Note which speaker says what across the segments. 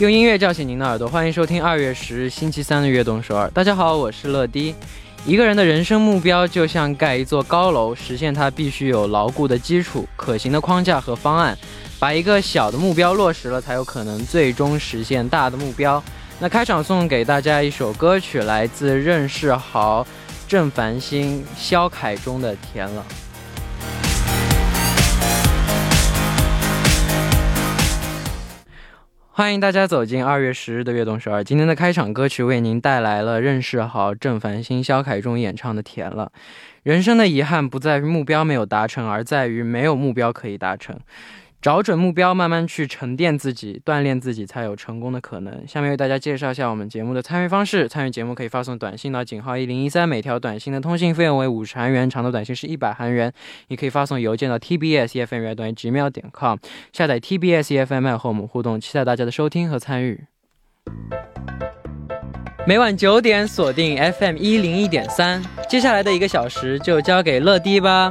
Speaker 1: 用音乐叫醒您的耳朵，欢迎收听二月十日星期三的《悦动首尔》。大家好，我是乐迪。一个人的人生目标就像盖一座高楼，实现它必须有牢固的基础、可行的框架和方案。把一个小的目标落实了，才有可能最终实现大的目标。那开场送给大家一首歌曲，来自任世豪、郑繁星、肖凯中的《甜了》。欢迎大家走进二月十日的悦动十二。今天的开场歌曲为您带来了任世豪、郑繁星、肖凯中演唱的《甜了》。人生的遗憾不在于目标没有达成，而在于没有目标可以达成。找准目标，慢慢去沉淀自己，锻炼自己，才有成功的可能。下面为大家介绍一下我们节目的参与方式。参与节目可以发送短信到井号一零一三，每条短信的通信费用为五十韩元，长的短信是一百韩元。也可以发送邮件到 tbsfm 乐团 gmail 点 com，下载 tbsfm 和我们互动，期待大家的收听和参与。每晚九点锁定 FM 一零一点三，接下来的一个小时就交给乐迪吧。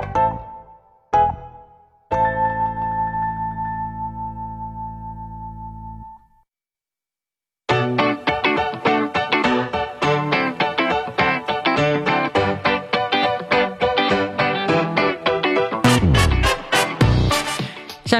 Speaker 1: 下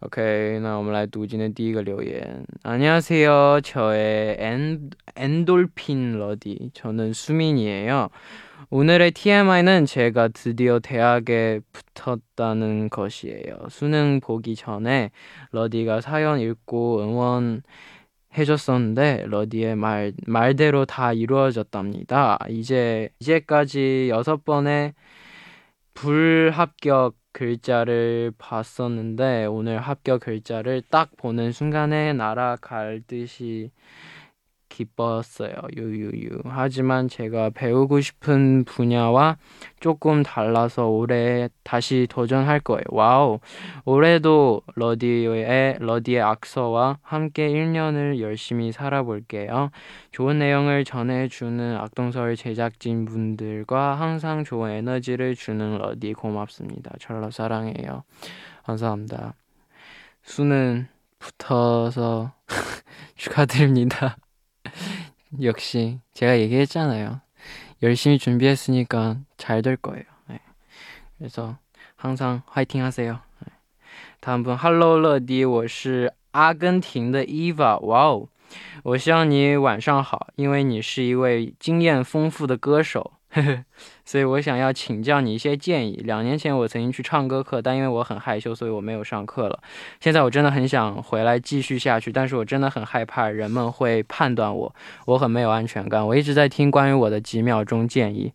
Speaker 1: OK，那我们来读今天第一个留言。안녕하세요，저의엔엔돌핀러디저는수민이에요。 오늘의 TMI는 제가 드디어 대학에 붙었다는 것이에요. 수능 보기 전에 러디가 사연 읽고 응원해줬었는데 러디의 말 말대로 다 이루어졌답니다. 이제 이제까지 여섯 번의 불합격 글자를 봤었는데 오늘 합격 글자를 딱 보는 순간에 날아갈 듯이 기뻤어요. 유유유. 하지만 제가 배우고 싶은 분야와 조금 달라서 올해 다시 도전할 거예요. 와우. 올해도 러디오의 러디의 악서와 함께 1년을 열심히 살아볼게요. 좋은 내용을 전해주는 악동서울 제작진분들과 항상 좋은 에너지를 주는 러디 고맙습니다. 절로 사랑해요. 감사합니다. 수는 붙어서 축하드립니다. 역시 제가 얘기했잖아요. 열심히 준비했으니까 잘 될 거예요. 네. 그래서 항상 화이팅 하세요. 네. 다음 분 Hello 乐迪我是阿根廷的 Eva 哇哦我希望你晚上好因为你是一位经验丰富的歌手 所以我想要请教你一些建议。两年前我曾经去唱歌课，但因为我很害羞，所以我没有上课了。现在我真的很想回来继续下去，但是我真的很害怕人们会判断我，我很没有安全感。我一直在听关于我的几秒钟建议。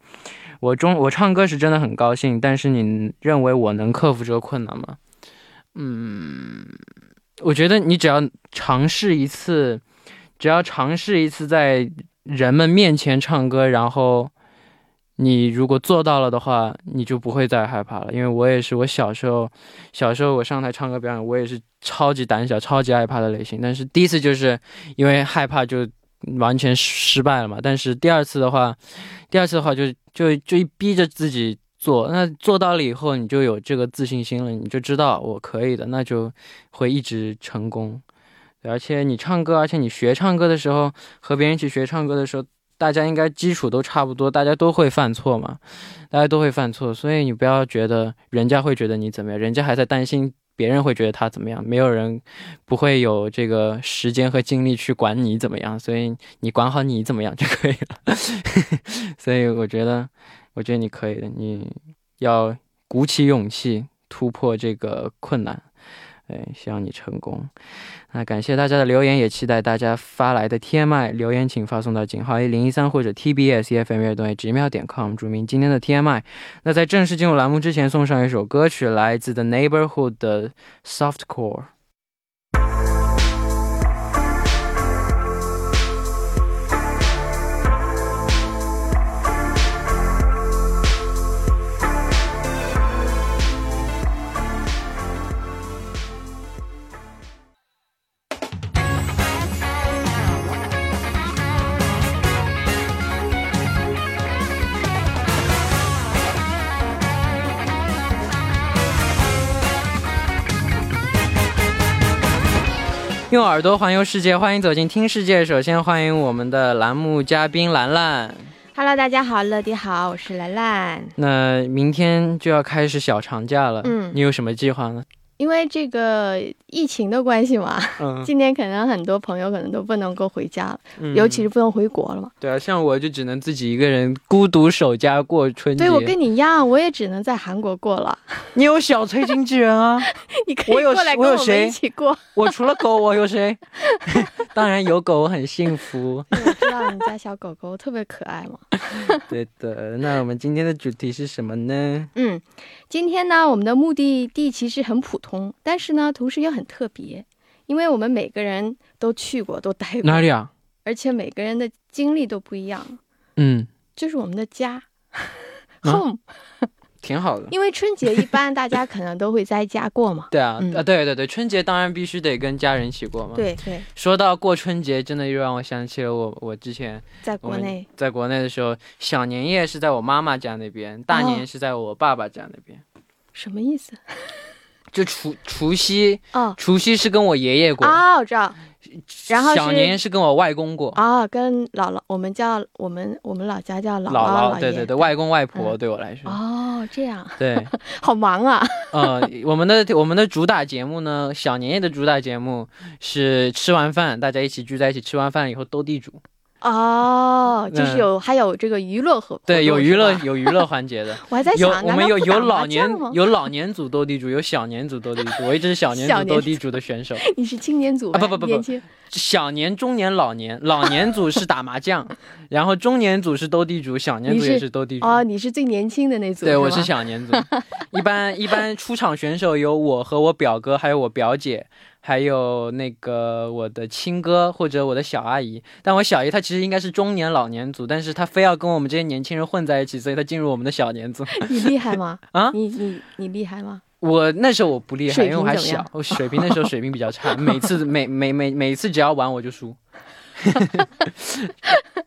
Speaker 1: 我中我唱歌是真的很高兴，但是你认为我能克服这个困难吗？嗯，我觉得你只要尝试一次，只要尝试一次在人们面前唱歌，然后。你如果做到了的话，你就不会再害怕了。因为我也是，我小时候，小时候我上台唱歌表演，我也是超级胆小、超级害怕的类型。但是第一次就是因为害怕就完全失败了嘛。但是第二次的话，第二次的话就就就逼着自己做，那做到了以后，你就有这个自信心了，你就知道我可以的，那就会一直成功。对而且你唱歌，而且你学唱歌的时候，和别人一起学唱歌的时候。大家应该基础都差不多，大家都会犯错嘛，大家都会犯错，所以你不要觉得人家会觉得你怎么样，人家还在担心别人会觉得他怎么样，没有人不会有这个时间和精力去管你怎么样，所以你管好你怎么样就可以了。 所以我觉得，我觉得你可以的，你要鼓起勇气突破这个困难。哎，希望你成功。那感谢大家的留言，也期待大家发来的 TMI 留言，请发送到井号一零一三或者 TBS FM 乐队直瞄点 com，注明今天的 TMI。那在正式进入栏目之前，送上一首歌曲，来自 The Neighborhood 的 Softcore。用耳朵环游世界，欢迎走进听世界。首先欢迎我们的栏目嘉宾兰兰。
Speaker 2: Hello，大家好，乐迪好，我是兰兰。
Speaker 1: 那明天就要开始小长假了，
Speaker 2: 嗯
Speaker 1: 你有什么计划呢？
Speaker 2: 因为这个疫情的关系嘛，
Speaker 1: 嗯，
Speaker 2: 今年可能很多朋友可能都不能够回家了，
Speaker 1: 嗯
Speaker 2: 尤其是不能回国了嘛。
Speaker 1: 对啊，像我就只能自己一个人孤独守家过春节。
Speaker 2: 对我跟你一样，我也只能在韩国过了。
Speaker 1: 你有小崔经纪人啊，
Speaker 2: 你可以
Speaker 1: 我有
Speaker 2: 过来
Speaker 1: 我
Speaker 2: 跟
Speaker 1: 有
Speaker 2: 我
Speaker 1: 谁
Speaker 2: 们一 起过。
Speaker 1: 我除了狗我有谁？ 当然有狗，我很幸福。
Speaker 2: 对我知道你家小狗狗特别可爱嘛。
Speaker 1: 对的，那我们今天的主题是什么呢？
Speaker 2: 嗯，今天呢，我们的目的地其实很普通，但是呢，同时也很特别，因为我们每个人都去过，都待过，
Speaker 1: 哪里啊？
Speaker 2: 而且每个人的经历都不一样。
Speaker 1: 嗯，
Speaker 2: 就是我们的家。
Speaker 1: 啊
Speaker 2: home，、
Speaker 1: 挺好的。
Speaker 2: 因为春节一般大家可能都会在家过嘛。
Speaker 1: 对啊，
Speaker 2: 嗯
Speaker 1: 啊，对对对，春节当然必须得跟家人一起过嘛。，
Speaker 2: 对对，
Speaker 1: 说到过春节，真的又让我想起了我我之前
Speaker 2: 在国内
Speaker 1: 在国内的时候，小年夜是在我妈妈家那边，大
Speaker 2: 哦
Speaker 1: 年是在我爸爸家那边。
Speaker 2: 什么意思？
Speaker 1: 就除除夕，
Speaker 2: 哦
Speaker 1: 除夕是跟我爷爷过，
Speaker 2: 啊，我知道然后
Speaker 1: 小
Speaker 2: 是
Speaker 1: 年是跟我外公过。
Speaker 2: 啊，跟姥姥，我们叫我们我们老家叫姥
Speaker 1: 姥
Speaker 2: 姥姥爷。
Speaker 1: 对对对，。外公外婆
Speaker 2: 嗯
Speaker 1: 对我来说，
Speaker 2: 哦，这样，
Speaker 1: 对，
Speaker 2: 好忙啊！
Speaker 1: 呃，我们的我们的主打节目呢，小年夜的主打节目是吃完饭，大家一起聚在一起，吃完饭以后斗地主，
Speaker 2: 哦，就是
Speaker 1: 嗯
Speaker 2: 有还有这个娱乐和
Speaker 1: 对，
Speaker 2: 活
Speaker 1: 有
Speaker 2: 动
Speaker 1: 娱
Speaker 2: 是
Speaker 1: 乐
Speaker 2: 吧
Speaker 1: 有娱乐环节的，
Speaker 2: 我还在
Speaker 1: 有
Speaker 2: 想，
Speaker 1: 我
Speaker 2: 难
Speaker 1: 们
Speaker 2: 道
Speaker 1: 有
Speaker 2: 不
Speaker 1: 有
Speaker 2: 打
Speaker 1: 老
Speaker 2: 麻
Speaker 1: 年
Speaker 2: 将吗
Speaker 1: 有老年组斗地主，有小年组斗地主，我一直是小年
Speaker 2: 小
Speaker 1: 组
Speaker 2: 年
Speaker 1: 斗地主的选手，
Speaker 2: 你是青年组
Speaker 1: 啊不
Speaker 2: 呗
Speaker 1: 不不不
Speaker 2: 年轻
Speaker 1: 小年、中年、老年，老年组是打麻将，然后中年组是斗地主，小年
Speaker 2: 你
Speaker 1: 组也
Speaker 2: 是
Speaker 1: 是斗地主。
Speaker 2: 哦，你是最年轻的那组，
Speaker 1: 对，我
Speaker 2: 是
Speaker 1: 是
Speaker 2: 吗
Speaker 1: 小年组。一般一般出场选手有我和我表哥，还有我表姐，还有那个我的亲哥或者我的小阿姨。但我小姨她其实应该是中年老年组，但是她非要跟我们这些年轻人混在一起，所以她进入我们的小年组。
Speaker 2: 你厉害吗？
Speaker 1: 啊
Speaker 2: 你你你厉害吗？
Speaker 1: 我那时候我不厉害，
Speaker 2: 水
Speaker 1: 因为我
Speaker 2: 平
Speaker 1: 还
Speaker 2: 怎么
Speaker 1: 小
Speaker 2: 样，
Speaker 1: 我水平那时候水平比较 差，每次每每每每次只要玩我就输。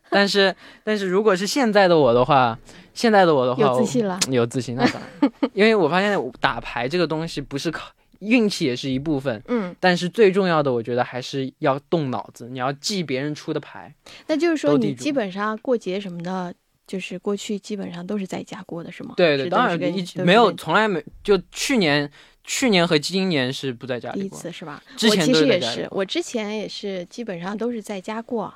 Speaker 1: 但是但是如果是现在的我的话，现在的我的话，
Speaker 2: 有自
Speaker 1: 我
Speaker 2: 信了
Speaker 1: 有自信那当然， 因为我发现打牌这个东西不是靠运气也是一部分，
Speaker 2: 嗯，
Speaker 1: 但是最重要的我觉得还是要动脑子，你要记别人出的牌。
Speaker 2: 那就是说
Speaker 1: 斗地
Speaker 2: 你
Speaker 1: 主
Speaker 2: 基本上过节什么的，就是过去基本上都是在家过的，是吗？
Speaker 1: 对
Speaker 2: 是
Speaker 1: 对，
Speaker 2: 都
Speaker 1: 当
Speaker 2: 是
Speaker 1: 然
Speaker 2: 跟
Speaker 1: 一
Speaker 2: 都是
Speaker 1: 直没有
Speaker 2: 跟
Speaker 1: 从来没就去年去年和今年是不在家
Speaker 2: 第
Speaker 1: 里
Speaker 2: 一
Speaker 1: 过，
Speaker 2: 次是吧？
Speaker 1: 之前
Speaker 2: 我其
Speaker 1: 都
Speaker 2: 实
Speaker 1: 是在
Speaker 2: 也
Speaker 1: 家里
Speaker 2: 是
Speaker 1: 过，
Speaker 2: 我之前也是基本上都是在家过。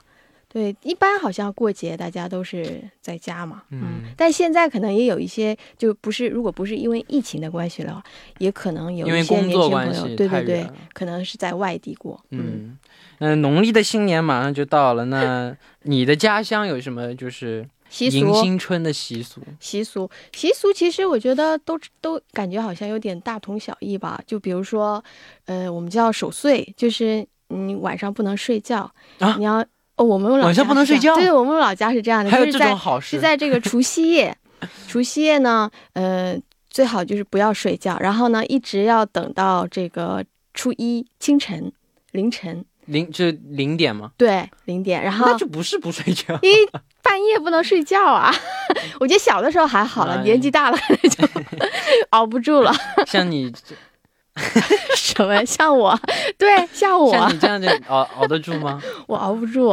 Speaker 2: 对，一般好像过节大家都是在家嘛，
Speaker 1: 嗯
Speaker 2: 但现在可能也有一些，就不是如果不是因为疫情的关系的话，也可能有
Speaker 1: 因为
Speaker 2: 一些
Speaker 1: 工
Speaker 2: 年
Speaker 1: 作
Speaker 2: 轻朋
Speaker 1: 关
Speaker 2: 友，
Speaker 1: 系
Speaker 2: 对
Speaker 1: 太
Speaker 2: 对
Speaker 1: 远
Speaker 2: 对
Speaker 1: 了，。
Speaker 2: 可能是在外地过。嗯，
Speaker 1: 嗯，那农历的新年马上就到了，那你的家乡有什么就是
Speaker 2: 习
Speaker 1: 迎
Speaker 2: 俗啊
Speaker 1: 新春的习俗？
Speaker 2: 习俗，习俗其实我觉得都都感觉好像有点大同小异吧。就比如说，呃，我们叫守岁，就是你晚上不能睡觉，
Speaker 1: 啊
Speaker 2: 你要、哦、我们老
Speaker 1: 晚上
Speaker 2: 家
Speaker 1: 不能
Speaker 2: 是这
Speaker 1: 睡
Speaker 2: 样
Speaker 1: 觉
Speaker 2: 对，我们老家是这样的，
Speaker 1: 还有
Speaker 2: 就
Speaker 1: 这
Speaker 2: 是在
Speaker 1: 种好事？
Speaker 2: 是在这个除 夕夜，除夕夜呢，呃，最好就是不要睡觉，然后呢，一直要等到这个初一清晨凌晨，
Speaker 1: 零就零点吗？
Speaker 2: 对零点，然后，
Speaker 1: 那就不是不睡觉
Speaker 2: 因为半夜不能睡觉啊。 我觉得小的时候还好
Speaker 1: 哎
Speaker 2: 了，年纪大了 就熬不住了。
Speaker 1: 像你
Speaker 2: 什么像我，对，像我
Speaker 1: 像，你这样的熬熬得住吗？
Speaker 2: 啊 我熬不住。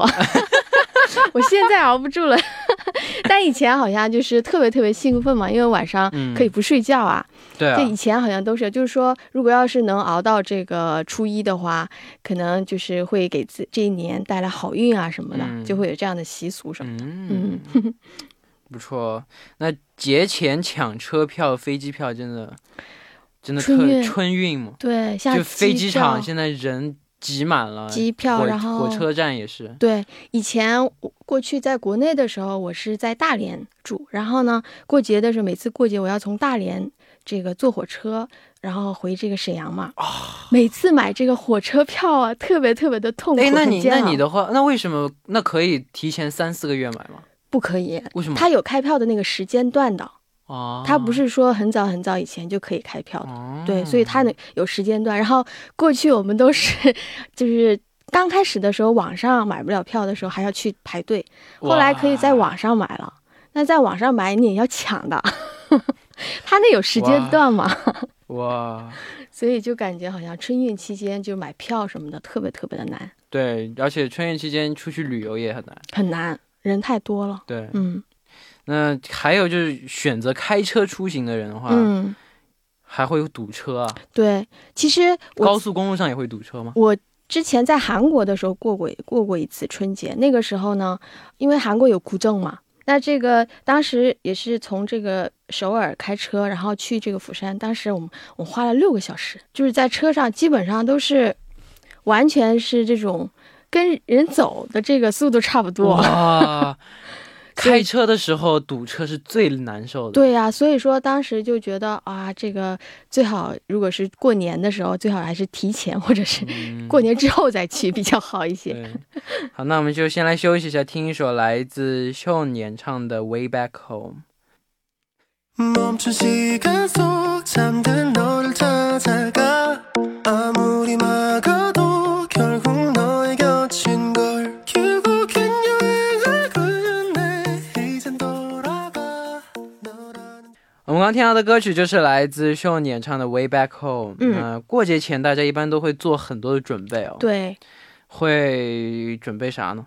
Speaker 2: 我现在熬不住了， 但以前好像就是特别特别兴奋嘛，因为晚上
Speaker 1: 嗯
Speaker 2: 可以不睡觉啊。
Speaker 1: 对啊
Speaker 2: 这，以前好像都是，就是说，如果要是能熬到这个初一的话，可能就是会给自这一年带来好运啊什么的，
Speaker 1: 嗯
Speaker 2: 就会有这样的习俗什么的。
Speaker 1: 嗯，不错哦。那节前抢车票、飞机票真的真的特
Speaker 2: 春运
Speaker 1: 春运嘛，
Speaker 2: 对，像
Speaker 1: 就飞机场
Speaker 2: 票
Speaker 1: 现在人挤满了，
Speaker 2: 机票，
Speaker 1: 火
Speaker 2: 然后
Speaker 1: 火车站也是，
Speaker 2: 对，以前我过去在国内的时候，我是在大连住，然后呢，过节的时候，每次过节我要从大连这个坐火车，然后回这个沈阳嘛。
Speaker 1: 啊
Speaker 2: 每次买这个火车票啊，特别特别的痛苦，
Speaker 1: 哎，那
Speaker 2: 很
Speaker 1: 你
Speaker 2: 煎
Speaker 1: 那
Speaker 2: 熬
Speaker 1: 你的话，那为什么那可以提前三四个月买吗？
Speaker 2: 不可以，
Speaker 1: 为什么？
Speaker 2: 它有开票的那个时间段的，
Speaker 1: 嗯哦，
Speaker 2: 它不是说很早很早以前就可以开票的。
Speaker 1: 哦，
Speaker 2: 对，所以它能有时间段。然后过去我们都是，就是刚开始的时候网上买不了票的时候还要去排队，后来可以在
Speaker 1: 哇
Speaker 2: 网上买了。那在网上买你也要抢的，它那有时间段嘛，
Speaker 1: 哇，
Speaker 2: 所以就感觉好像春运期间就买票什么的特别特别的难，
Speaker 1: 对，而且春运期间出去旅游也很难。
Speaker 2: 很难，人太多了。
Speaker 1: 对，
Speaker 2: 嗯
Speaker 1: 那还有就是选择开车出行的人的话，
Speaker 2: 嗯，
Speaker 1: 还会有堵车啊，
Speaker 2: 对，其实我
Speaker 1: 高速公路上也会堵车吗？
Speaker 2: 我之前在韩国的时候过过过过一次春节，那个时候呢，因为韩国有古镇嘛，那这个当时也是从这个首尔开车，然后去这个釜山，当时我们我花了六个小时，就是在车上基本上都是完全是这种跟人走的这个速度差不
Speaker 1: 哦
Speaker 2: 多。
Speaker 1: 哇，
Speaker 2: 所以
Speaker 1: 开车的时候堵车是最难受的。，
Speaker 2: 对呀、所以说当时就觉得啊，这个最好如果是过年的时候，最好还是提前或者是
Speaker 1: 嗯、
Speaker 2: 过年之后再去比较好一些。
Speaker 1: 对，好，那我们就先来休息一下，听一首来自秀年唱的《Way Back Home》。
Speaker 3: 멈춘 시간 속 잠든 너를 찾아가 아무리 막아도 결국 너의 곁인 걸 결국엔 여행을 끝내 이젠 돌아가 너라는
Speaker 1: 我们刚听到的歌曲就是来自秀年唱的《Way Back Home》。
Speaker 2: 嗯
Speaker 1: 那过节前大家一般都会做很多的准备哦。，
Speaker 2: 对，
Speaker 1: 会准备啥呢？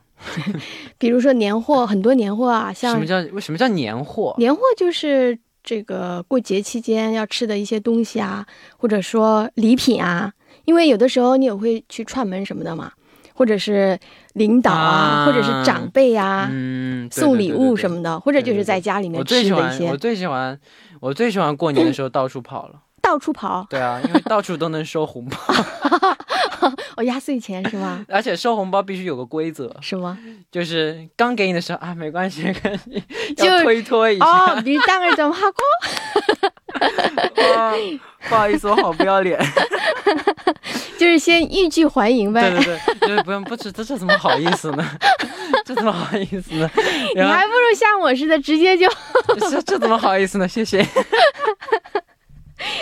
Speaker 2: 比如说年货，很多年货啊，
Speaker 1: 什
Speaker 2: 像
Speaker 1: 么叫为什么叫年货？
Speaker 2: 年货就是这个过节期间要吃的一些东西啊，或者说礼品啊，因为有的时候你也会去串门什么的嘛，或者是领导啊，
Speaker 1: 啊
Speaker 2: 或者是长辈啊、
Speaker 1: 嗯，对
Speaker 2: 送礼物什。
Speaker 1: 对对对对
Speaker 2: 么的，或者就是在家里
Speaker 1: 我
Speaker 2: 面
Speaker 1: 最喜
Speaker 2: 吃的一
Speaker 1: 欢，我
Speaker 2: 些，
Speaker 1: 最喜欢，我最喜欢过年的时候到处跑 了。
Speaker 2: 到处跑，
Speaker 1: 对啊，因为到处都能收红包，？
Speaker 2: 哦，压岁钱是吗
Speaker 1: 而且收红包必须有个规则，
Speaker 2: 是吗？
Speaker 1: 就是刚给你的时候啊，没关系，没关系，
Speaker 2: 就
Speaker 1: 要推脱一下。
Speaker 2: 哦，比如当个怎么哈过，
Speaker 1: 啊 不好意思，我好不要脸。
Speaker 2: 就是先欲拒还迎呗。
Speaker 1: 对对对，就是不用不吃，这这怎么好意思呢？ 这怎么好意思呢？
Speaker 2: 你还
Speaker 1: 然
Speaker 2: 不如像我似的，直接就
Speaker 1: 后这这怎么好意思呢？谢谢。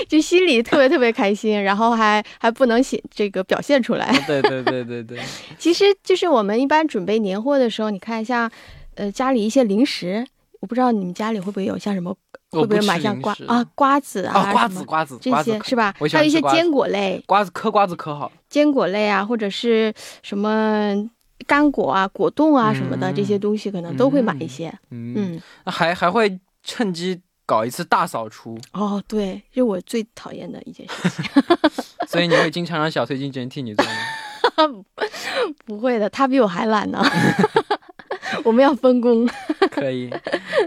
Speaker 2: 就心里特别特别开心，然后还还不能显这个表现出来。
Speaker 1: 对对对对对，
Speaker 2: 其实就是我们一般准备年货的时候，你看像，呃，家里一些零食，我不知道你们家里会不会有，像什么会
Speaker 1: 我
Speaker 2: 不会
Speaker 1: 吃
Speaker 2: 买像
Speaker 1: 零
Speaker 2: 瓜
Speaker 1: 食
Speaker 2: 啊瓜子啊
Speaker 1: 啊，瓜
Speaker 2: 什
Speaker 1: 子
Speaker 2: 么
Speaker 1: 瓜子
Speaker 2: 这
Speaker 1: 瓜子
Speaker 2: 些
Speaker 1: 可
Speaker 2: 是吧
Speaker 1: 我？喜
Speaker 2: 还
Speaker 1: 欢
Speaker 2: 有一
Speaker 1: 吃
Speaker 2: 些
Speaker 1: 瓜子
Speaker 2: 坚果类，
Speaker 1: 瓜子嗑瓜子可好，
Speaker 2: 坚果类啊，或者是什么干果啊、果冻啊什么的、
Speaker 1: 嗯
Speaker 2: 这些东西，可能都会买一
Speaker 1: 嗯
Speaker 2: 些。
Speaker 1: 嗯，
Speaker 2: 嗯，
Speaker 1: 那还还会趁机搞一次大扫除，
Speaker 2: 哦，对，这是我最讨厌的一件事 情。
Speaker 1: 所以你会经常让小崔金人替你做 吗？
Speaker 2: 不会的，他比我还懒呢。 我们要分工。
Speaker 1: 可以。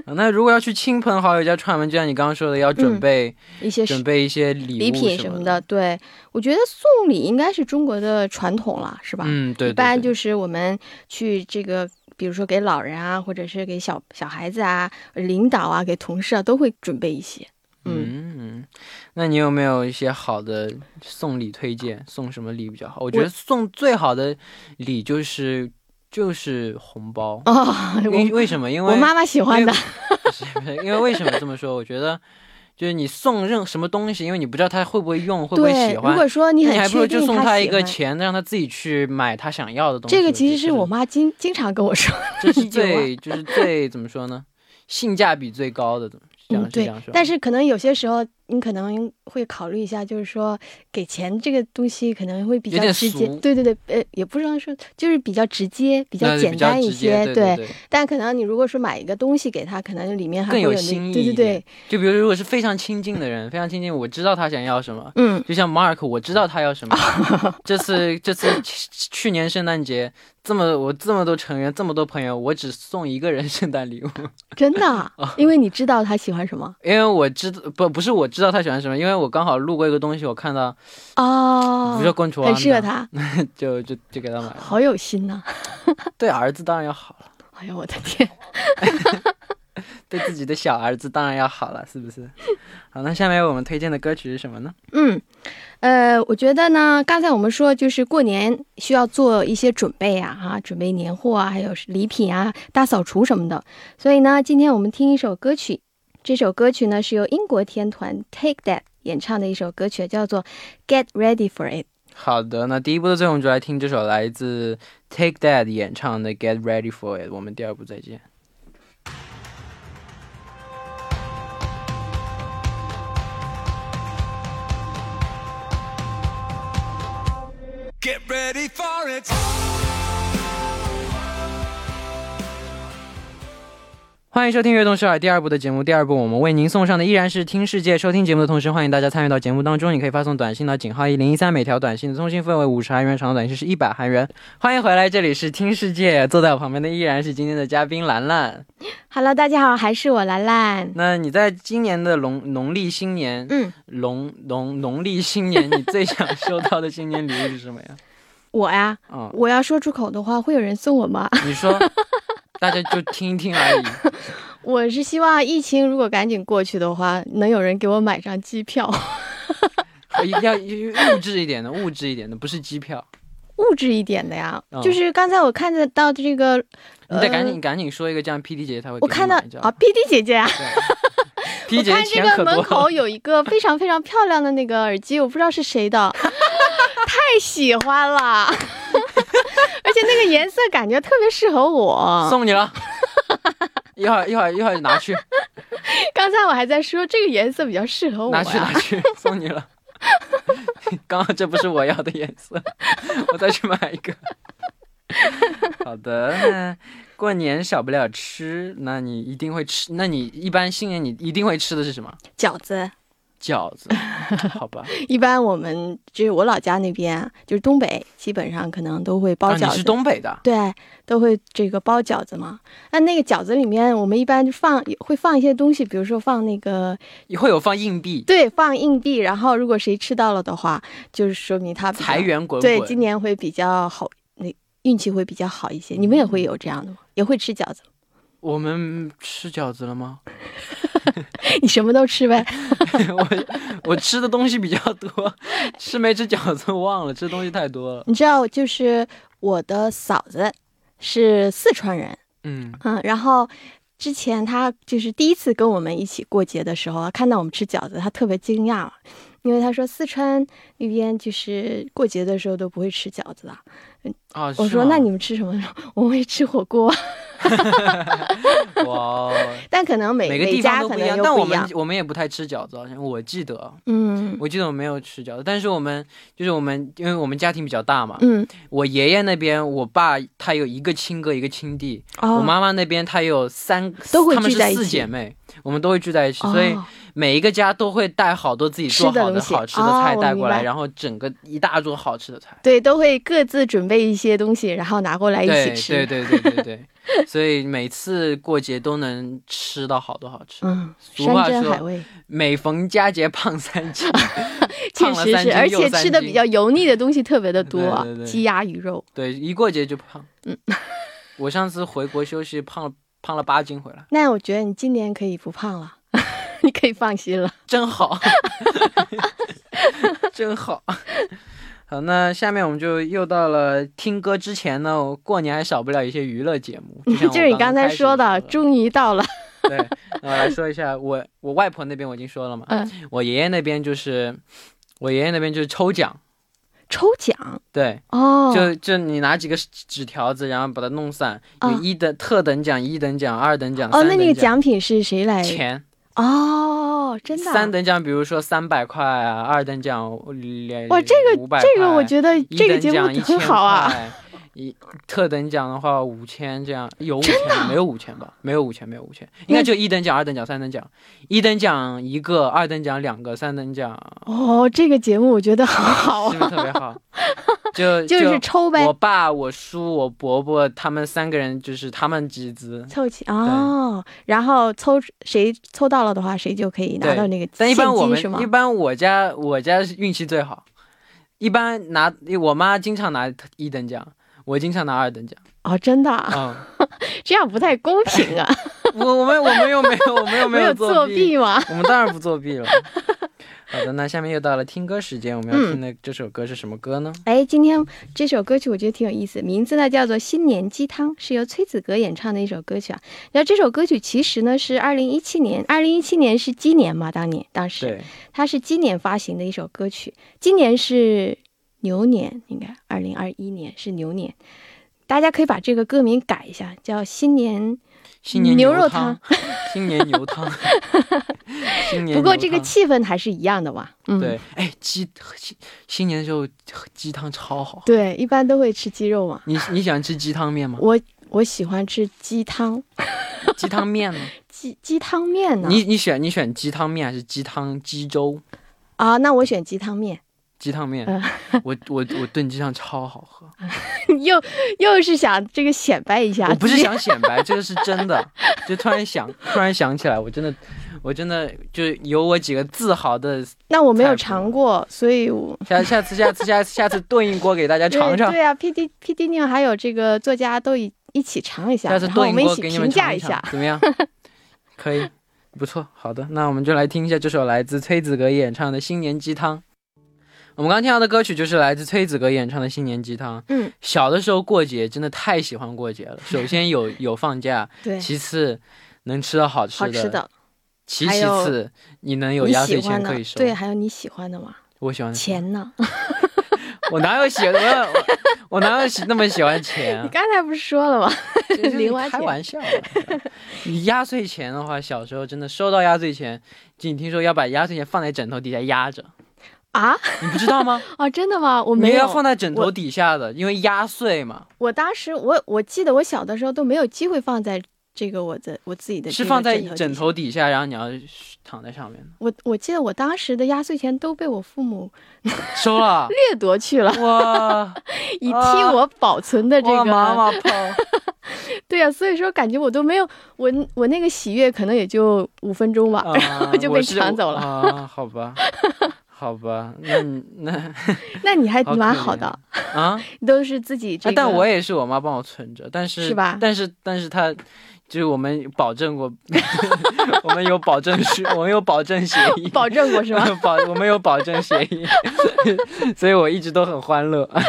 Speaker 1: 啊那如果要去亲朋好友家串门，就像你刚刚说的，要准
Speaker 2: 嗯
Speaker 1: 备
Speaker 2: 一些
Speaker 1: 准备一些礼
Speaker 2: 礼
Speaker 1: 物
Speaker 2: 品
Speaker 1: 什
Speaker 2: 什
Speaker 1: 么
Speaker 2: 么的。，对，我觉得送礼应该是中国的传统了，是吧？
Speaker 1: 嗯，对，
Speaker 2: 一般
Speaker 1: 对对
Speaker 2: 就是我们去这个，比如说给老人啊，或者是给小小孩子啊、领导啊、给同事啊，都会准备一些。 嗯，
Speaker 1: 嗯，那你有没有一些好的送礼推荐？送什么礼比较好？我觉得送最好的礼就是就是红包。
Speaker 2: 哦，
Speaker 1: 为为什么？因
Speaker 2: 我
Speaker 1: 为
Speaker 2: 我妈妈喜欢的，
Speaker 1: 不是不是，因为 为什么这么说？我觉得就是你送任什么东西，因为你不知道他会不会用，会不会
Speaker 2: 对。
Speaker 1: 喜
Speaker 2: 如
Speaker 1: 欢。
Speaker 2: 果说你
Speaker 1: 那
Speaker 2: 很
Speaker 1: 你还不
Speaker 2: 确
Speaker 1: 如就
Speaker 2: 定
Speaker 1: 送
Speaker 2: 她
Speaker 1: 一
Speaker 2: 喜
Speaker 1: 个
Speaker 2: 欢，
Speaker 1: 钱，让他自己去买他想要的东西。
Speaker 2: 这个
Speaker 1: 我觉
Speaker 2: 其
Speaker 1: 得
Speaker 2: 实是我妈经经常跟我说
Speaker 1: 这是
Speaker 2: 一句话
Speaker 1: 最就是最怎么说呢？性价比最高的，怎么这样
Speaker 2: 嗯，
Speaker 1: 是这
Speaker 2: 对
Speaker 1: 样说，吗？
Speaker 2: 但是可能有些时候你可能会考虑一下，就是说给钱这个东西可能会比
Speaker 1: 有
Speaker 2: 较
Speaker 1: 点
Speaker 2: 直接
Speaker 1: 俗，
Speaker 2: 对对对，呃，也不能说就是比较直接、比较
Speaker 1: 那就
Speaker 2: 简
Speaker 1: 比较
Speaker 2: 单一
Speaker 1: 直接
Speaker 2: 些，
Speaker 1: 对对，
Speaker 2: 但可能你如果说买一个东西给他，可能里面还
Speaker 1: 更
Speaker 2: 会
Speaker 1: 有
Speaker 2: 那
Speaker 1: 新意
Speaker 2: 对
Speaker 1: 一
Speaker 2: 对
Speaker 1: 点
Speaker 2: 对，
Speaker 1: 就比如如果是非常亲近的人，非常亲近，我知道他想要什么。
Speaker 2: 嗯，
Speaker 1: 就像 Mark，我知道他要什么。 这次这次去去年圣诞节，这么我这么多成员，这么多朋友，我只送一个人圣诞礼物，
Speaker 2: 真的啊，因为你知道他喜欢什么
Speaker 1: 因为我知道不不是我知道他喜欢什么，因为我刚好路过一个东西，我看到
Speaker 2: 哦
Speaker 1: 不，是滚出
Speaker 2: 很适合，他，
Speaker 1: 啊就就就给他买了。
Speaker 2: 好有心呐、
Speaker 1: 对儿子当然要好了，
Speaker 2: 哎呀，我的天，
Speaker 1: 对自己的小儿子当然要好了，是不是？好，那下面我们推荐的歌曲是什么呢？
Speaker 2: 嗯，呃，我觉得呢，刚才我们说就是过年需要做一些准备啊，哈、准备年货啊，还有是礼品啊，大扫除什么的。所以呢，今天我们听一首歌曲，这首歌曲呢是由英国天团 Take That 演唱的一首歌曲，叫做《Get Ready for It》。
Speaker 1: 好的，那第一步的最后，我们就来听这首来自 Take That 演唱的《Get Ready for It》。我们第二步再见。
Speaker 3: Get ready for it.
Speaker 1: 欢迎收听《悦动首尔》第二部的节目。第二部我们为您送上的依然是听世界。收听节目的同时，欢迎大家参与到节目当中。你可以发送短信到井号一零一三，每条短信的通信费为五十韩元，长的短信是一百韩元。欢迎回来，这里是听世界。坐在我旁边的依然是今天的嘉宾兰兰。
Speaker 2: Hello，大家好，还是我兰兰。
Speaker 1: 那你在今年的农农历新年，
Speaker 2: 嗯，
Speaker 1: 农农农历新年，你最想收到的新年礼物是什么呀？
Speaker 2: 我呀，
Speaker 1: 啊、
Speaker 2: 我要说出口的话，会有人送我吗？
Speaker 1: 你说，大家就听一听而已。
Speaker 2: 我是希望疫情如果赶紧过去的话，能有人给我买张机票，
Speaker 1: 呃要物质一点的，物质一点的，不是机票。
Speaker 2: 物质一点的呀。
Speaker 1: 嗯
Speaker 2: 就是刚才我看得到这个，
Speaker 1: 你得赶
Speaker 2: 呃
Speaker 1: 紧赶紧说一个，这样 P D 姐姐才会给
Speaker 2: 我
Speaker 1: 你
Speaker 2: 看到
Speaker 1: 买你知道
Speaker 2: 啊
Speaker 1: 吧
Speaker 2: ，P D 姐姐啊，
Speaker 1: 对 ，P
Speaker 2: 我
Speaker 1: 姐姐
Speaker 2: 看这
Speaker 1: 钱
Speaker 2: 个
Speaker 1: 可
Speaker 2: 门
Speaker 1: 多
Speaker 2: 口
Speaker 1: 了。
Speaker 2: 有一个非常非常漂亮的那个耳机，我不知道是 谁的，太喜欢了， 而且那个颜色感觉特别适合我。
Speaker 1: 送你了。 一会儿一会儿一会 儿拿去
Speaker 2: 刚才我还在说这个颜色比较适合我
Speaker 1: 拿去
Speaker 2: 呀
Speaker 1: 拿。去，送你了。 刚刚这不是我要的颜色， 我再去买一个。 好的，那过年少不了吃，那你一定会吃。那你一般新年你一定会吃的是什么？
Speaker 2: 饺子，
Speaker 1: 饺 子，好吧？
Speaker 2: 一般我们就是我老家那边，就是东北，基本上可能都会包
Speaker 1: 啊，你
Speaker 2: 饺子。
Speaker 1: 是东北的，
Speaker 2: 对，都会这个包饺子嘛。那那个饺子里面，我们一般就放会放一些东西，比如说放那个
Speaker 1: 会有放硬币，
Speaker 2: 对，放硬币。然后如果谁吃到了的话，就是说明他比较
Speaker 1: 财源滚滚。
Speaker 2: 对今年会比较好，那运气会比较好一些。你们也会有这样的吗？也会吃饺子吗？
Speaker 1: 我们吃饺子了吗？
Speaker 2: 你什么都吃呗。
Speaker 1: 我我吃的东西比较多，吃没吃饺子忘了，吃东西太多了。
Speaker 2: 你知道，就是我的嫂子是四川人，
Speaker 1: 嗯，
Speaker 2: 嗯，然后之前他就是第一次跟我们一起过节的时候啊，看到我们吃饺子，他特别惊讶，啊因为他说四川那边就是过节的时候都不会吃饺子的。
Speaker 1: 啊，
Speaker 2: 我
Speaker 1: 是
Speaker 2: 说
Speaker 1: 吗
Speaker 2: 那你们吃什么？ 我们会吃火锅，啊
Speaker 1: 哇哦，
Speaker 2: 但可 能每
Speaker 1: 每个地方
Speaker 2: 家
Speaker 1: 都
Speaker 2: 可
Speaker 1: 不一
Speaker 2: 能
Speaker 1: 样，
Speaker 2: 又
Speaker 1: 但我
Speaker 2: 不一
Speaker 1: 们
Speaker 2: 样。
Speaker 1: 我们也不太吃饺子，好像我记得，
Speaker 2: 嗯
Speaker 1: 我记得我没有吃饺子，但是我们就是我们，因为我们家庭比较大嘛，
Speaker 2: 嗯，
Speaker 1: 我爷爷那边，我爸他有一个亲哥一个亲弟，
Speaker 2: 哦，
Speaker 1: 我妈妈那边她有三，
Speaker 2: 都会
Speaker 1: 他们
Speaker 2: 聚在
Speaker 1: 是
Speaker 2: 一
Speaker 1: 四
Speaker 2: 起
Speaker 1: 姐妹，我们都会聚在一起，所以
Speaker 2: 哦
Speaker 1: 每一个家都会带好多自己做
Speaker 2: 吃的
Speaker 1: 好的
Speaker 2: 东西
Speaker 1: 好吃的菜
Speaker 2: 哦
Speaker 1: 带
Speaker 2: 我
Speaker 1: 过
Speaker 2: 明
Speaker 1: 来，
Speaker 2: 白
Speaker 1: 然后整个一大桌好吃的菜。
Speaker 2: 对，都会各自准备一些东西，然后拿过来一起
Speaker 1: 对对
Speaker 2: 吃。
Speaker 1: 对对对 对，所以每次过节都能吃到好多好吃。
Speaker 2: 嗯，
Speaker 1: 俗话
Speaker 2: 山珍
Speaker 1: 说
Speaker 2: 海味，
Speaker 1: 每逢佳节胖三 斤，
Speaker 2: 确
Speaker 1: 胖了
Speaker 2: 实
Speaker 1: 三
Speaker 2: 是，
Speaker 1: 斤
Speaker 2: 而
Speaker 1: 又
Speaker 2: 且
Speaker 1: 三
Speaker 2: 吃的
Speaker 1: 斤
Speaker 2: 比较油腻的东西特别的
Speaker 1: 对
Speaker 2: 多啊
Speaker 1: 对对，
Speaker 2: 鸡鸭鱼肉。
Speaker 1: 对，一过节就胖。
Speaker 2: 嗯
Speaker 1: 我上次回国休息胖了胖了八斤回来，
Speaker 2: 那我觉得你今年可以不胖了， 你可以放心了。
Speaker 1: 真好， 真好。好，那下面我们就又到了听歌之前呢，我过年还少不了一些娱乐节目，就像
Speaker 2: 就是你
Speaker 1: 我刚
Speaker 2: 刚才
Speaker 1: 开始
Speaker 2: 说的，终于到了。
Speaker 1: 对，那我来说一下，我我外婆那边我已经说了嘛，
Speaker 2: 嗯，
Speaker 1: 我爷爷那边就是，我爷爷那边就是抽奖，
Speaker 2: 抽奖
Speaker 1: 对，
Speaker 2: 哦，
Speaker 1: 就就你拿几个纸纸条子，然后把它弄散，有
Speaker 2: 啊
Speaker 1: 一等特等奖、一等奖、二等奖、
Speaker 2: 哦，
Speaker 1: 三
Speaker 2: 那
Speaker 1: 等
Speaker 2: 那个
Speaker 1: 奖
Speaker 2: 奖品是谁来？
Speaker 1: 钱，
Speaker 2: 哦，哦，真的啊、
Speaker 1: 三等奖，比如说三百块啊，二等奖两
Speaker 2: 哇，这
Speaker 1: 500
Speaker 2: 个
Speaker 1: 块啊
Speaker 2: 这个我觉得
Speaker 1: 一
Speaker 2: 这个
Speaker 1: 等
Speaker 2: 节目
Speaker 1: 奖
Speaker 2: 很好啊，。
Speaker 1: 一千块一特等奖的话，五千这样有五
Speaker 2: 啊
Speaker 1: 千，没有五千吧？没有五千，没有五千，应该就一等奖、二等奖、三等奖，一等奖一个，二等奖两个，三等奖
Speaker 2: 哦，这个节目我觉得很好
Speaker 1: 是
Speaker 2: 啊，
Speaker 1: 不是特别 好？就
Speaker 2: 就是抽呗
Speaker 1: 我，爸、我叔、我伯伯他们三个人，就是他们集资。
Speaker 2: 凑齐哦，然后抽谁抽到了的话，谁就可以拿
Speaker 1: 对
Speaker 2: 到那个
Speaker 1: 但一
Speaker 2: 现
Speaker 1: 般我
Speaker 2: 金是吗
Speaker 1: 们一？般我家我家是运气最好，一般拿我妈经常拿一等奖，我经常拿二等奖。
Speaker 2: 哦，真 的啊，
Speaker 1: 嗯，
Speaker 2: 这样不太公平啊，
Speaker 1: 我我们我们 又没有我们又
Speaker 2: 没
Speaker 1: 有
Speaker 2: 作弊吗？
Speaker 1: 我们当然不作 弊了。好的，那下面又到了听歌时间，我们要
Speaker 2: 嗯
Speaker 1: 听的这首歌是什么歌呢？
Speaker 2: 哎，今天这首歌曲我觉得挺有意思，名字呢叫做《新年鸡汤》，是由崔子格演唱的一首歌曲啊。然后这首歌曲其实呢是二零一七年，二零一七年是鸡年嘛，当年当时
Speaker 1: 对，
Speaker 2: 它是鸡年发行的一首歌曲。今年是牛年，应该二零二一年是牛年，大家可以把这个歌名改一下，叫《新年
Speaker 1: 新年
Speaker 2: 牛肉
Speaker 1: 汤， 新年牛 汤，新》。年
Speaker 2: 不过
Speaker 1: 牛
Speaker 2: 这个
Speaker 1: 汤
Speaker 2: 气氛还是一样的嘛。嗯，
Speaker 1: 对，哎，鸡新新年的时候喝鸡汤超好。
Speaker 2: 对，一般都会吃鸡肉嘛。
Speaker 1: 你你喜欢吃鸡汤面吗？
Speaker 2: 我我喜欢吃鸡汤，
Speaker 1: 鸡汤 面呢？
Speaker 2: 鸡鸡汤面呢。
Speaker 1: 你你选你选鸡汤面还是鸡汤鸡粥？
Speaker 2: 啊，那我选鸡汤面。
Speaker 1: 鸡汤面，
Speaker 2: 嗯
Speaker 1: 我我我炖鸡汤超好喝。
Speaker 2: 又又是想这个显摆一下，
Speaker 1: 我不是
Speaker 2: 自己
Speaker 1: 想显摆，这个是真的，就突然想突然想起来，我真的我真的就有我几个自豪的。
Speaker 2: 那我没有
Speaker 1: 菜谱
Speaker 2: 尝过，所以我
Speaker 1: 下下次下次下次下次炖一锅给大家尝
Speaker 2: 对
Speaker 1: 尝。
Speaker 2: 对啊，P D P D 宁还有这个作家都一一起尝一下，
Speaker 1: 下次
Speaker 2: 然后
Speaker 1: 炖
Speaker 2: 我
Speaker 1: 一
Speaker 2: 们一
Speaker 1: 锅
Speaker 2: 起
Speaker 1: 给你
Speaker 2: 评
Speaker 1: 们
Speaker 2: 价
Speaker 1: 尝
Speaker 2: 一
Speaker 1: 尝
Speaker 2: 下，。
Speaker 1: 怎么样？可以，不错，好的，那我们就来听一下这首来自崔子格演唱的《新年鸡汤》。我们刚听到的歌曲就是来自崔子格演唱的《新年鸡汤》。
Speaker 2: 嗯，
Speaker 1: 小的时候过节真的太喜欢过节了，首先有有放假，
Speaker 2: 对，
Speaker 1: 其次能吃到好吃
Speaker 2: 好
Speaker 1: 的，
Speaker 2: 吃的，
Speaker 1: 其
Speaker 2: 还
Speaker 1: 其
Speaker 2: 有
Speaker 1: 次你能有
Speaker 2: 你
Speaker 1: 压岁
Speaker 2: 喜
Speaker 1: 钱
Speaker 2: 欢
Speaker 1: 可
Speaker 2: 的
Speaker 1: 以，收。嗯
Speaker 2: 对，还有你喜欢的嘛，
Speaker 1: 我喜欢
Speaker 2: 钱呢？
Speaker 1: 我哪有喜我我我哪有喜那么喜欢钱、
Speaker 2: 你
Speaker 1: 啊？
Speaker 2: 刚才不是说了吗？
Speaker 1: 这是
Speaker 2: 零花
Speaker 1: 开
Speaker 2: 钱
Speaker 1: 玩笑、啊。你压岁钱的话，小时候真的收到压岁钱，仅听说要把压岁钱放在枕头底下压着，
Speaker 2: 啊，
Speaker 1: 你不知道吗？
Speaker 2: 哦，真的吗？我
Speaker 1: 你
Speaker 2: 没
Speaker 1: 要
Speaker 2: 有，
Speaker 1: 放在枕头底下的，因为压岁嘛，
Speaker 2: 我当时我我记得我小的时候都没有机会放在这个我的我自己的
Speaker 1: 是
Speaker 2: 这个
Speaker 1: 放在
Speaker 2: 头底
Speaker 1: 枕
Speaker 2: 下
Speaker 1: 头底下，然后你要躺在上面的
Speaker 2: 我我记得我当时的压岁钱都被我父母。
Speaker 1: 收了
Speaker 2: 掠夺去了。
Speaker 1: 哇，
Speaker 2: 以替
Speaker 1: 啊
Speaker 2: 我保存的这
Speaker 1: 哇
Speaker 2: 个，
Speaker 1: 妈妈泡，
Speaker 2: 对呀、所以说感觉我都没有我我那个喜悦可能也就五分钟吧，
Speaker 1: 啊
Speaker 2: 然后就被
Speaker 1: 我是
Speaker 2: 抢走了。
Speaker 1: 啊，好吧，好吧，那你那
Speaker 2: 那你还
Speaker 1: 好可
Speaker 2: 蛮好
Speaker 1: 怜
Speaker 2: 的，
Speaker 1: 啊，
Speaker 2: 都是自己这
Speaker 1: 啊
Speaker 2: 个。
Speaker 1: 但我也是我妈帮我存着，但是
Speaker 2: 是吧
Speaker 1: 但是但是她就是我们保证过， 我们有保证书， 我们有保证协议，
Speaker 2: 保证过是 吧？
Speaker 1: 保我们有保证协议， 所以我一直都很欢乐。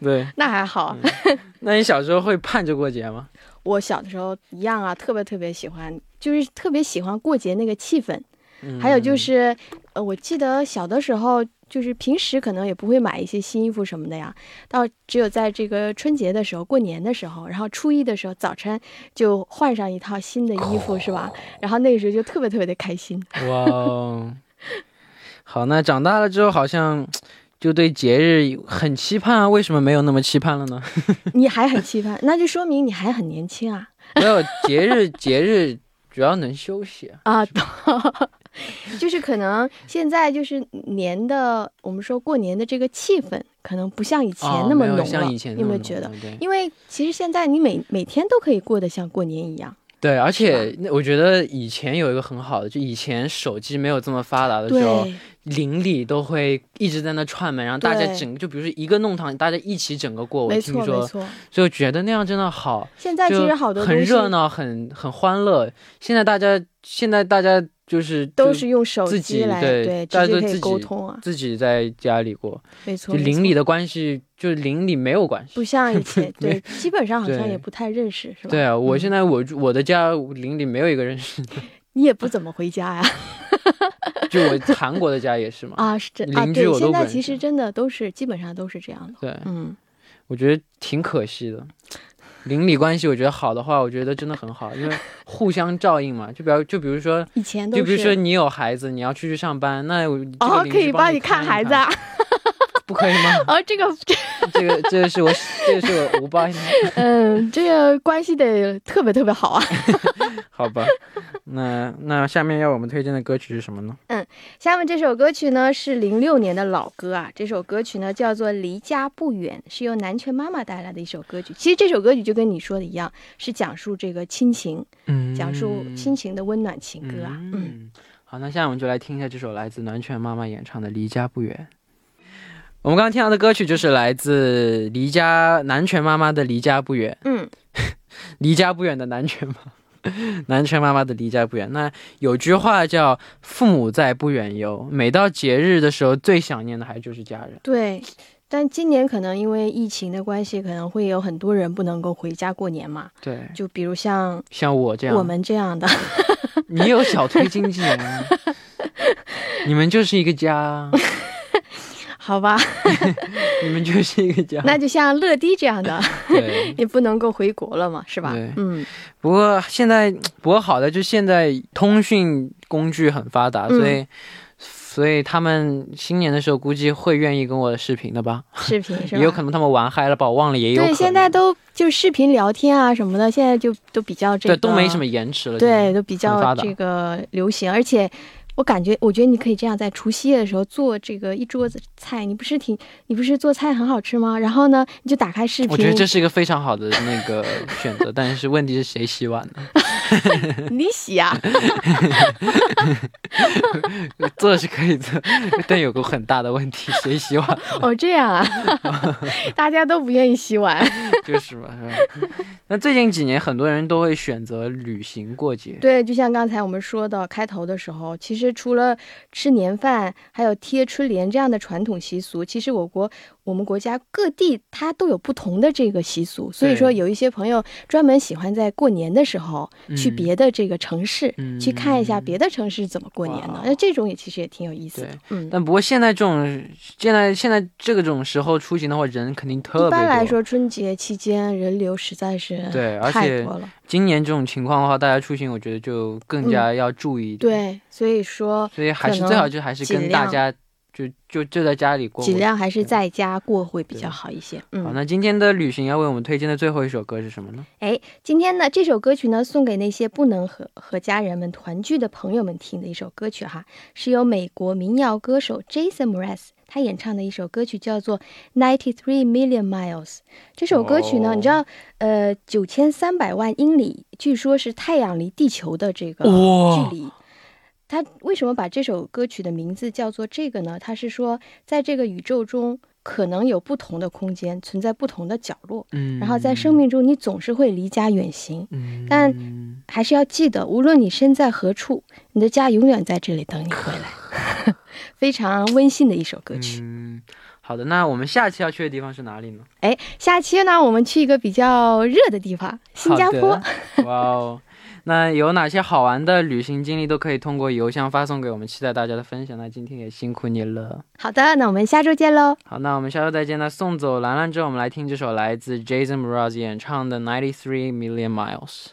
Speaker 1: 对，
Speaker 2: 那还好啊，
Speaker 1: 嗯那你小时候会盼着过节吗？
Speaker 2: 我小的时候一样啊，特别特别喜欢，就是特别喜欢过节那个气氛。
Speaker 1: 嗯
Speaker 2: 还有就，是，呃，我记得小的时候，就是平时可能也不会买一些新衣服什么的呀，到只有在这个春节的时候、过年的时候，然后初一的时候早晨就换上一套新的衣服，是吧？
Speaker 1: 哦
Speaker 2: 然后那个时候就特别特别的开心。
Speaker 1: 哇哦，好，那长大了之后好像。就对节日很期盼啊，为什么没有那么期盼了 呢？
Speaker 2: 你还很期盼，那就说明你还很年轻啊！
Speaker 1: 没有节日，节日主要能休息啊。
Speaker 2: 啊，懂 就是可能现在就是年的，我们说过年的这个气氛，可能不像以前
Speaker 1: 哦
Speaker 2: 那么
Speaker 1: 没有
Speaker 2: 浓了，
Speaker 1: 像以前
Speaker 2: 你有没
Speaker 1: 那
Speaker 2: 有
Speaker 1: 么
Speaker 2: 觉得
Speaker 1: 浓？了对
Speaker 2: 因为其实现在你每每天都可以过得像过年一样。
Speaker 1: 对，而且那我觉得以前有一个很好的，就以前手机没有这么发达的时候，
Speaker 2: 对，
Speaker 1: 邻里都会一直在那串门，然后大家
Speaker 2: 对
Speaker 1: 整就比如说一个弄堂，大家一起整个过。我
Speaker 2: 没
Speaker 1: 听
Speaker 2: 错没
Speaker 1: 说，
Speaker 2: 错。
Speaker 1: 就觉得那样真的好，
Speaker 2: 现在其
Speaker 1: 就
Speaker 2: 实好多
Speaker 1: 很
Speaker 2: 东西
Speaker 1: 热闹，很很欢乐。现在大家现在大家就是
Speaker 2: 都
Speaker 1: 就是
Speaker 2: 用手
Speaker 1: 自
Speaker 2: 机
Speaker 1: 己
Speaker 2: 来
Speaker 1: 对大家
Speaker 2: 直接
Speaker 1: 都
Speaker 2: 可以
Speaker 1: 自己
Speaker 2: 沟通啊，
Speaker 1: 自己在家里过，
Speaker 2: 没错。
Speaker 1: 就
Speaker 2: 没
Speaker 1: 邻
Speaker 2: 错
Speaker 1: 里的关系就是邻里没有关系
Speaker 2: 不。像 以前，对，基本上好像
Speaker 1: 对
Speaker 2: 也不太认识，是吧？
Speaker 1: 对啊，我
Speaker 2: 嗯
Speaker 1: 现在我住我的家邻里没有一个人是，
Speaker 2: 你也不怎么回家呀？
Speaker 1: 就我 韩国的家也是嘛。
Speaker 2: 啊，是真啊，
Speaker 1: 邻居
Speaker 2: 对，
Speaker 1: 我
Speaker 2: 现
Speaker 1: 都不
Speaker 2: 在
Speaker 1: 认
Speaker 2: 其实
Speaker 1: 识
Speaker 2: 真的都是基本上都是这样的。
Speaker 1: 对，
Speaker 2: 嗯，
Speaker 1: 我觉得挺可惜的。邻里关系，我觉得好的话，我觉得真的很好，因为互相照应嘛。就比如，就比如说，
Speaker 2: 以前都
Speaker 1: 就比如说
Speaker 2: 是
Speaker 1: 你有孩子，你要出去上班，那我这个
Speaker 2: 哦，
Speaker 1: 邻居
Speaker 2: 可以
Speaker 1: 帮
Speaker 2: 你
Speaker 1: 看
Speaker 2: 看
Speaker 1: 一
Speaker 2: 孩子啊，
Speaker 1: 不可以吗？
Speaker 2: 哦，这个这
Speaker 1: 这个，这个是我，这个是我无报应。
Speaker 2: 嗯，这个关系得特别特别好啊。
Speaker 1: 好吧，那那下面要我们推荐的歌曲是什么呢？
Speaker 2: 下面这首歌曲呢是零六年的老歌啊，这首歌曲呢叫做《离家不远》，是由南拳妈妈带来的一首歌曲。其实这首歌曲就跟你说的一样，是讲述这个亲情，
Speaker 1: 嗯
Speaker 2: 讲述亲情的温暖情歌啊。嗯，
Speaker 1: 嗯，好，那现在我们就来听一下这首来自南拳妈妈演唱的《离家不远》。我们刚刚听到的歌曲就是来自离家南拳妈妈的《离家不远》，
Speaker 2: 嗯，
Speaker 1: 离家不远的南拳妈， 南拳妈妈的离家不远。那有句话叫“父母在，不远游”，每到节日的时候，最想念的还就是家人。
Speaker 2: 对。但今年可能因为疫情的关系，可能会有很多人不能够回家过年嘛。
Speaker 1: 对，
Speaker 2: 就比如像
Speaker 1: 像我嗯这样，
Speaker 2: 我们这样的，
Speaker 1: 你有小推经纪人 啊，你们就是一个家，
Speaker 2: 好 吧？
Speaker 1: 你们就是一个家。
Speaker 2: 那就像乐迪这样的，
Speaker 1: 对。
Speaker 2: 也不能够回国了嘛，是吧
Speaker 1: 对？
Speaker 2: 嗯，
Speaker 1: 不过现在，嗯不过好的就现在通讯工具很发达，
Speaker 2: 嗯
Speaker 1: 所以所以他们新年的时候估计会愿意跟我视频的吧，
Speaker 2: 视频是吧？
Speaker 1: 也有可能他们玩嗨了吧，我忘了，也有可能
Speaker 2: 对，现在都就视频聊天啊什么的，现在就都比较这个，
Speaker 1: 对都没什么，延迟了，
Speaker 2: 对，都比
Speaker 1: 很
Speaker 2: 较
Speaker 1: 发达
Speaker 2: 这个流行，而且。我感觉，我觉得你可以这样，在除夕的时候做这个一桌子菜，你不是挺，你不是做菜很好吃吗？然后呢，你就打开视
Speaker 1: 我觉得
Speaker 2: 频，
Speaker 1: 这是一个非常好的那个选择，但是问题是谁洗碗呢？
Speaker 2: 你洗啊，
Speaker 1: 做是可以做，但有个很大的问题，谁洗碗？
Speaker 2: 哦这样啊， 大家都不愿意洗碗，
Speaker 1: 就是嘛，是 吧？那最近几年，很多人都会选择旅行过节，
Speaker 2: 对，就像刚才我们说的开头的时候，其实除了吃年饭，还有贴春联这样的传统习俗，其实我国我们国家各地它都有不同的这个习俗。所以说，
Speaker 1: 对
Speaker 2: 有一些朋友专门喜欢在过年的时候去
Speaker 1: 嗯
Speaker 2: 别的这个城市、
Speaker 1: 嗯
Speaker 2: 去看一下别的城市怎么过年
Speaker 1: 哇
Speaker 2: 的。那这种也其实也挺有意思的
Speaker 1: 对。
Speaker 2: 嗯，
Speaker 1: 但不过现在这种现在现在这个种时候出行的话，人肯定特别多。
Speaker 2: 一般来，说，春节期间人流实在是
Speaker 1: 对，而
Speaker 2: 太
Speaker 1: 且
Speaker 2: 多了。
Speaker 1: 今年这种情况的话，大家出行我觉得就更加要注意一点。
Speaker 2: 嗯对，所以说
Speaker 1: 所以还是
Speaker 2: 可能
Speaker 1: 最好就还是
Speaker 2: 尽
Speaker 1: 跟大
Speaker 2: 量
Speaker 1: 家就就就在家里过。
Speaker 2: 尽量还是
Speaker 1: 对
Speaker 2: 在家过会比
Speaker 1: 对
Speaker 2: 较好一些。
Speaker 1: 好，
Speaker 2: 嗯。
Speaker 1: 那今天的旅行要为我们推荐的最后一首歌是什么呢？
Speaker 2: 哎，今天呢，这首歌曲呢，送给那些不能和和家人们团聚的朋友们听的一首歌曲哈，是由美国民谣歌手 Jason Mraz 他演唱的一首歌曲，叫做《Ninety Three Million Miles》。这首歌曲呢，
Speaker 1: 哦
Speaker 2: 你知道，呃，九千三百万英里，据说是太阳离地球的这个
Speaker 1: 哇
Speaker 2: 距离。他为什么把这首歌曲的名字叫做这个呢？他是说，在这个宇宙中，可能有不同的空间，存在不同的角落。
Speaker 1: 嗯，
Speaker 2: 然后在生，命中，你总是会离家远行，
Speaker 1: 嗯，
Speaker 2: 但还是要记得，无论你身在何处，你的家永远在这里等你回来。 非常温馨的一首歌曲。
Speaker 1: 嗯，好的，那我们下期要去的地方是哪里呢？
Speaker 2: 哎，下期呢，我们去一个比较热的地方，新加坡
Speaker 1: 好。的。哇哦，那有哪些好玩的旅行经历都可以通过邮箱发送给我们，期待大家的分享。那今天也辛苦你了。
Speaker 2: 好的，那我们下周见喽。
Speaker 1: 好，那我们下周再见。那送走兰兰之后，我们来听这首来自 Jason Mraz 演唱的《Ninety Three Million Miles》。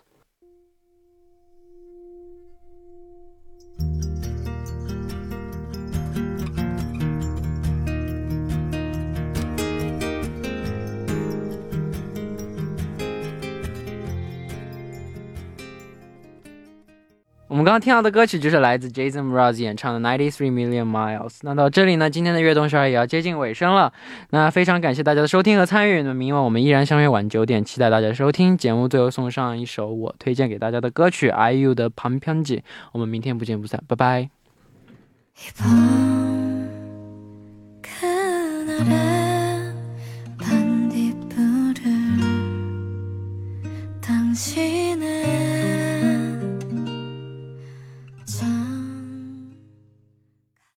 Speaker 1: 我们刚刚听到的歌曲就是来自 Jason Mraz 演唱的《Ninety Three Million Miles》。那到这里呢，今天的悦动十二也要接近尾声了。那非常感谢大家的收听和参与。那明晚我们依然相约晚九点，期待大家的收听。节目最后送上一首我推荐给大家的歌曲 IU 的《旁편지》。我们明天不见不散，拜拜。
Speaker 4: 밤 그날의 반딧불을 당신